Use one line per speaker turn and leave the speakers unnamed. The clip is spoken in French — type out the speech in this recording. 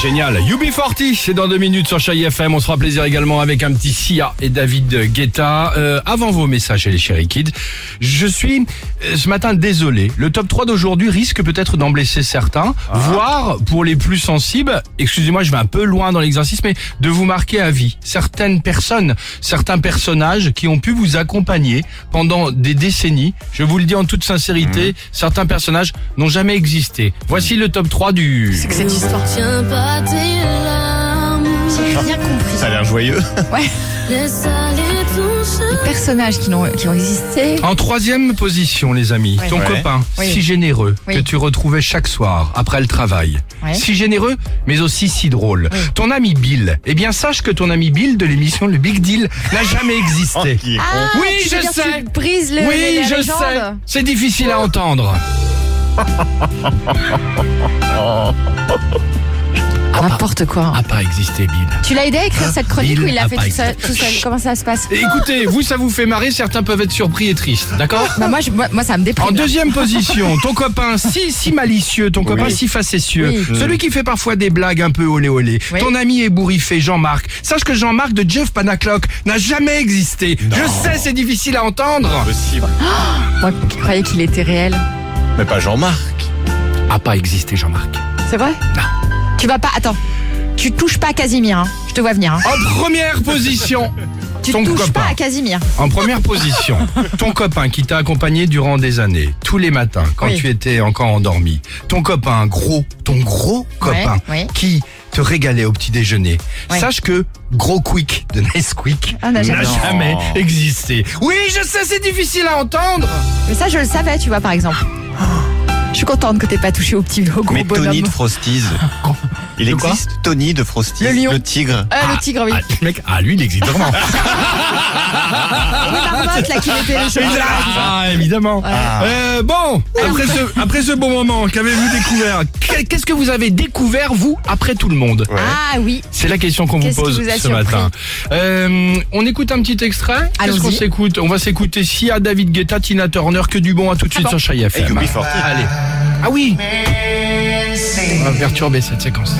Génial. UB40, c'est dans deux minutes sur Chai FM. On se fera plaisir également avec un petit Sia et David Guetta. Euh, avant vos messages, les chéri kids, je suis euh, ce matin désolé. Le top 3 d'aujourd'hui risque peut-être d'en blesser certains, voire pour les plus sensibles, excusez-moi, je vais un peu loin dans l'exercice, mais de vous marquer à vie. Certaines personnes, certains personnages qui ont pu vous accompagner pendant des décennies, je vous le dis en toute sincérité, certains personnages n'ont jamais existé. Voici le top 3 du...
C'est que cette histoire.
Tiens pas tes larmes,
J'ai
Ah.
rien compris.
Ça a l'air joyeux.
Ouais.
laisse aller ton chemin.
Les personnages qui n'ont- qui ont existé.
En troisième position, les amis,
Ouais.
ton
Ouais.
copain,
Oui.
si généreux,
Oui.
que tu retrouvais chaque soir après le travail.
Ouais.
Si généreux, mais aussi si drôle. Ton ami Bill, eh bien sache que ton ami Bill de l'émission Le Big Deal n'a jamais existé.
Qui est con.
Ah,
Oui,
tu veux
je
dire
sais.
Tu brises le,
oui,
la
je
légende.
sais, Ah, c'est difficile à entendre. bah.
N'importe quoi.
A pas existé Bill.
Tu l'as aidé à écrire cette chronique
Ah, bah, Il
ou il l'a
a
fait
pas
tout seul,
été.
tout seul Comment ça se passe
Et Écoutez, vous, ça vous fait marrer, certains peuvent être surpris et tristes, d'accord
bah moi, je- moi, moi, ça me déprime.
En deuxième position, ton copain si si malicieux, ton copain si facétieux,
Oui.
celui qui fait parfois des blagues un peu olé olé,
Oui.
ton ami ébouriffé Jean-Marc. Sache que Jean-Marc de Jeff Panaclock n'a jamais existé. Je sais, c'est difficile à entendre.
Impossible.
Moi, je croyais qu'il était réel.
Mais pas Jean-Marc.
A pas existé Jean-Marc.
C'est vrai Tu vas pas. Attends. Tu touches pas à Casimir. hein. Je te vois venir. hein.
En première position,
Tu
ton
touches
copain.
pas à Casimir.
En première position, ton copain qui t'a accompagné durant des années, tous les matins, quand
Oui.
tu étais encore endormi. Ton copain gros, ton gros copain,
ouais.
qui te régalait au petit déjeuner.
Ouais.
Sache que gros quick de Nesquik
Ah,
n'a
n'a jamais-
jamais
Non.
existé. Oui, je sais, c'est difficile à entendre.
Mais ça, je le savais, tu vois, par exemple. Je suis contente que t'aies pas touché au petit au gros
Mais Tony
bonhomme.
de Frosties. Il
De quoi
existe Tony de Frosties.
Le lion.
tigre.
Euh, le tigre, oui.
Ah, mec, ah, lui, il existe vraiment.
Oui, Marmotte, là, qui mettait le chocolat.
ah, évidemment.
Ah.
Euh, bon, après ce, après ce bon moment, qu'avez-vous découvert Qu'est- Qu'est-ce que vous avez découvert, vous, après tout le monde
Ouais.
Ah oui.
C'est la question qu'on vous
Qu'est-ce qui
pose
vous a
ce
surpris
matin. Euh, on écoute un petit extrait. Qu'est-ce
Allons-y.
qu'on s'écoute On va s'écouter Sia, David Guetta, Tina Turner, que du bon à tout de suite sur Chai
Et
FM.
UB40.
Allez. Ah oui On va perturber cette séquence.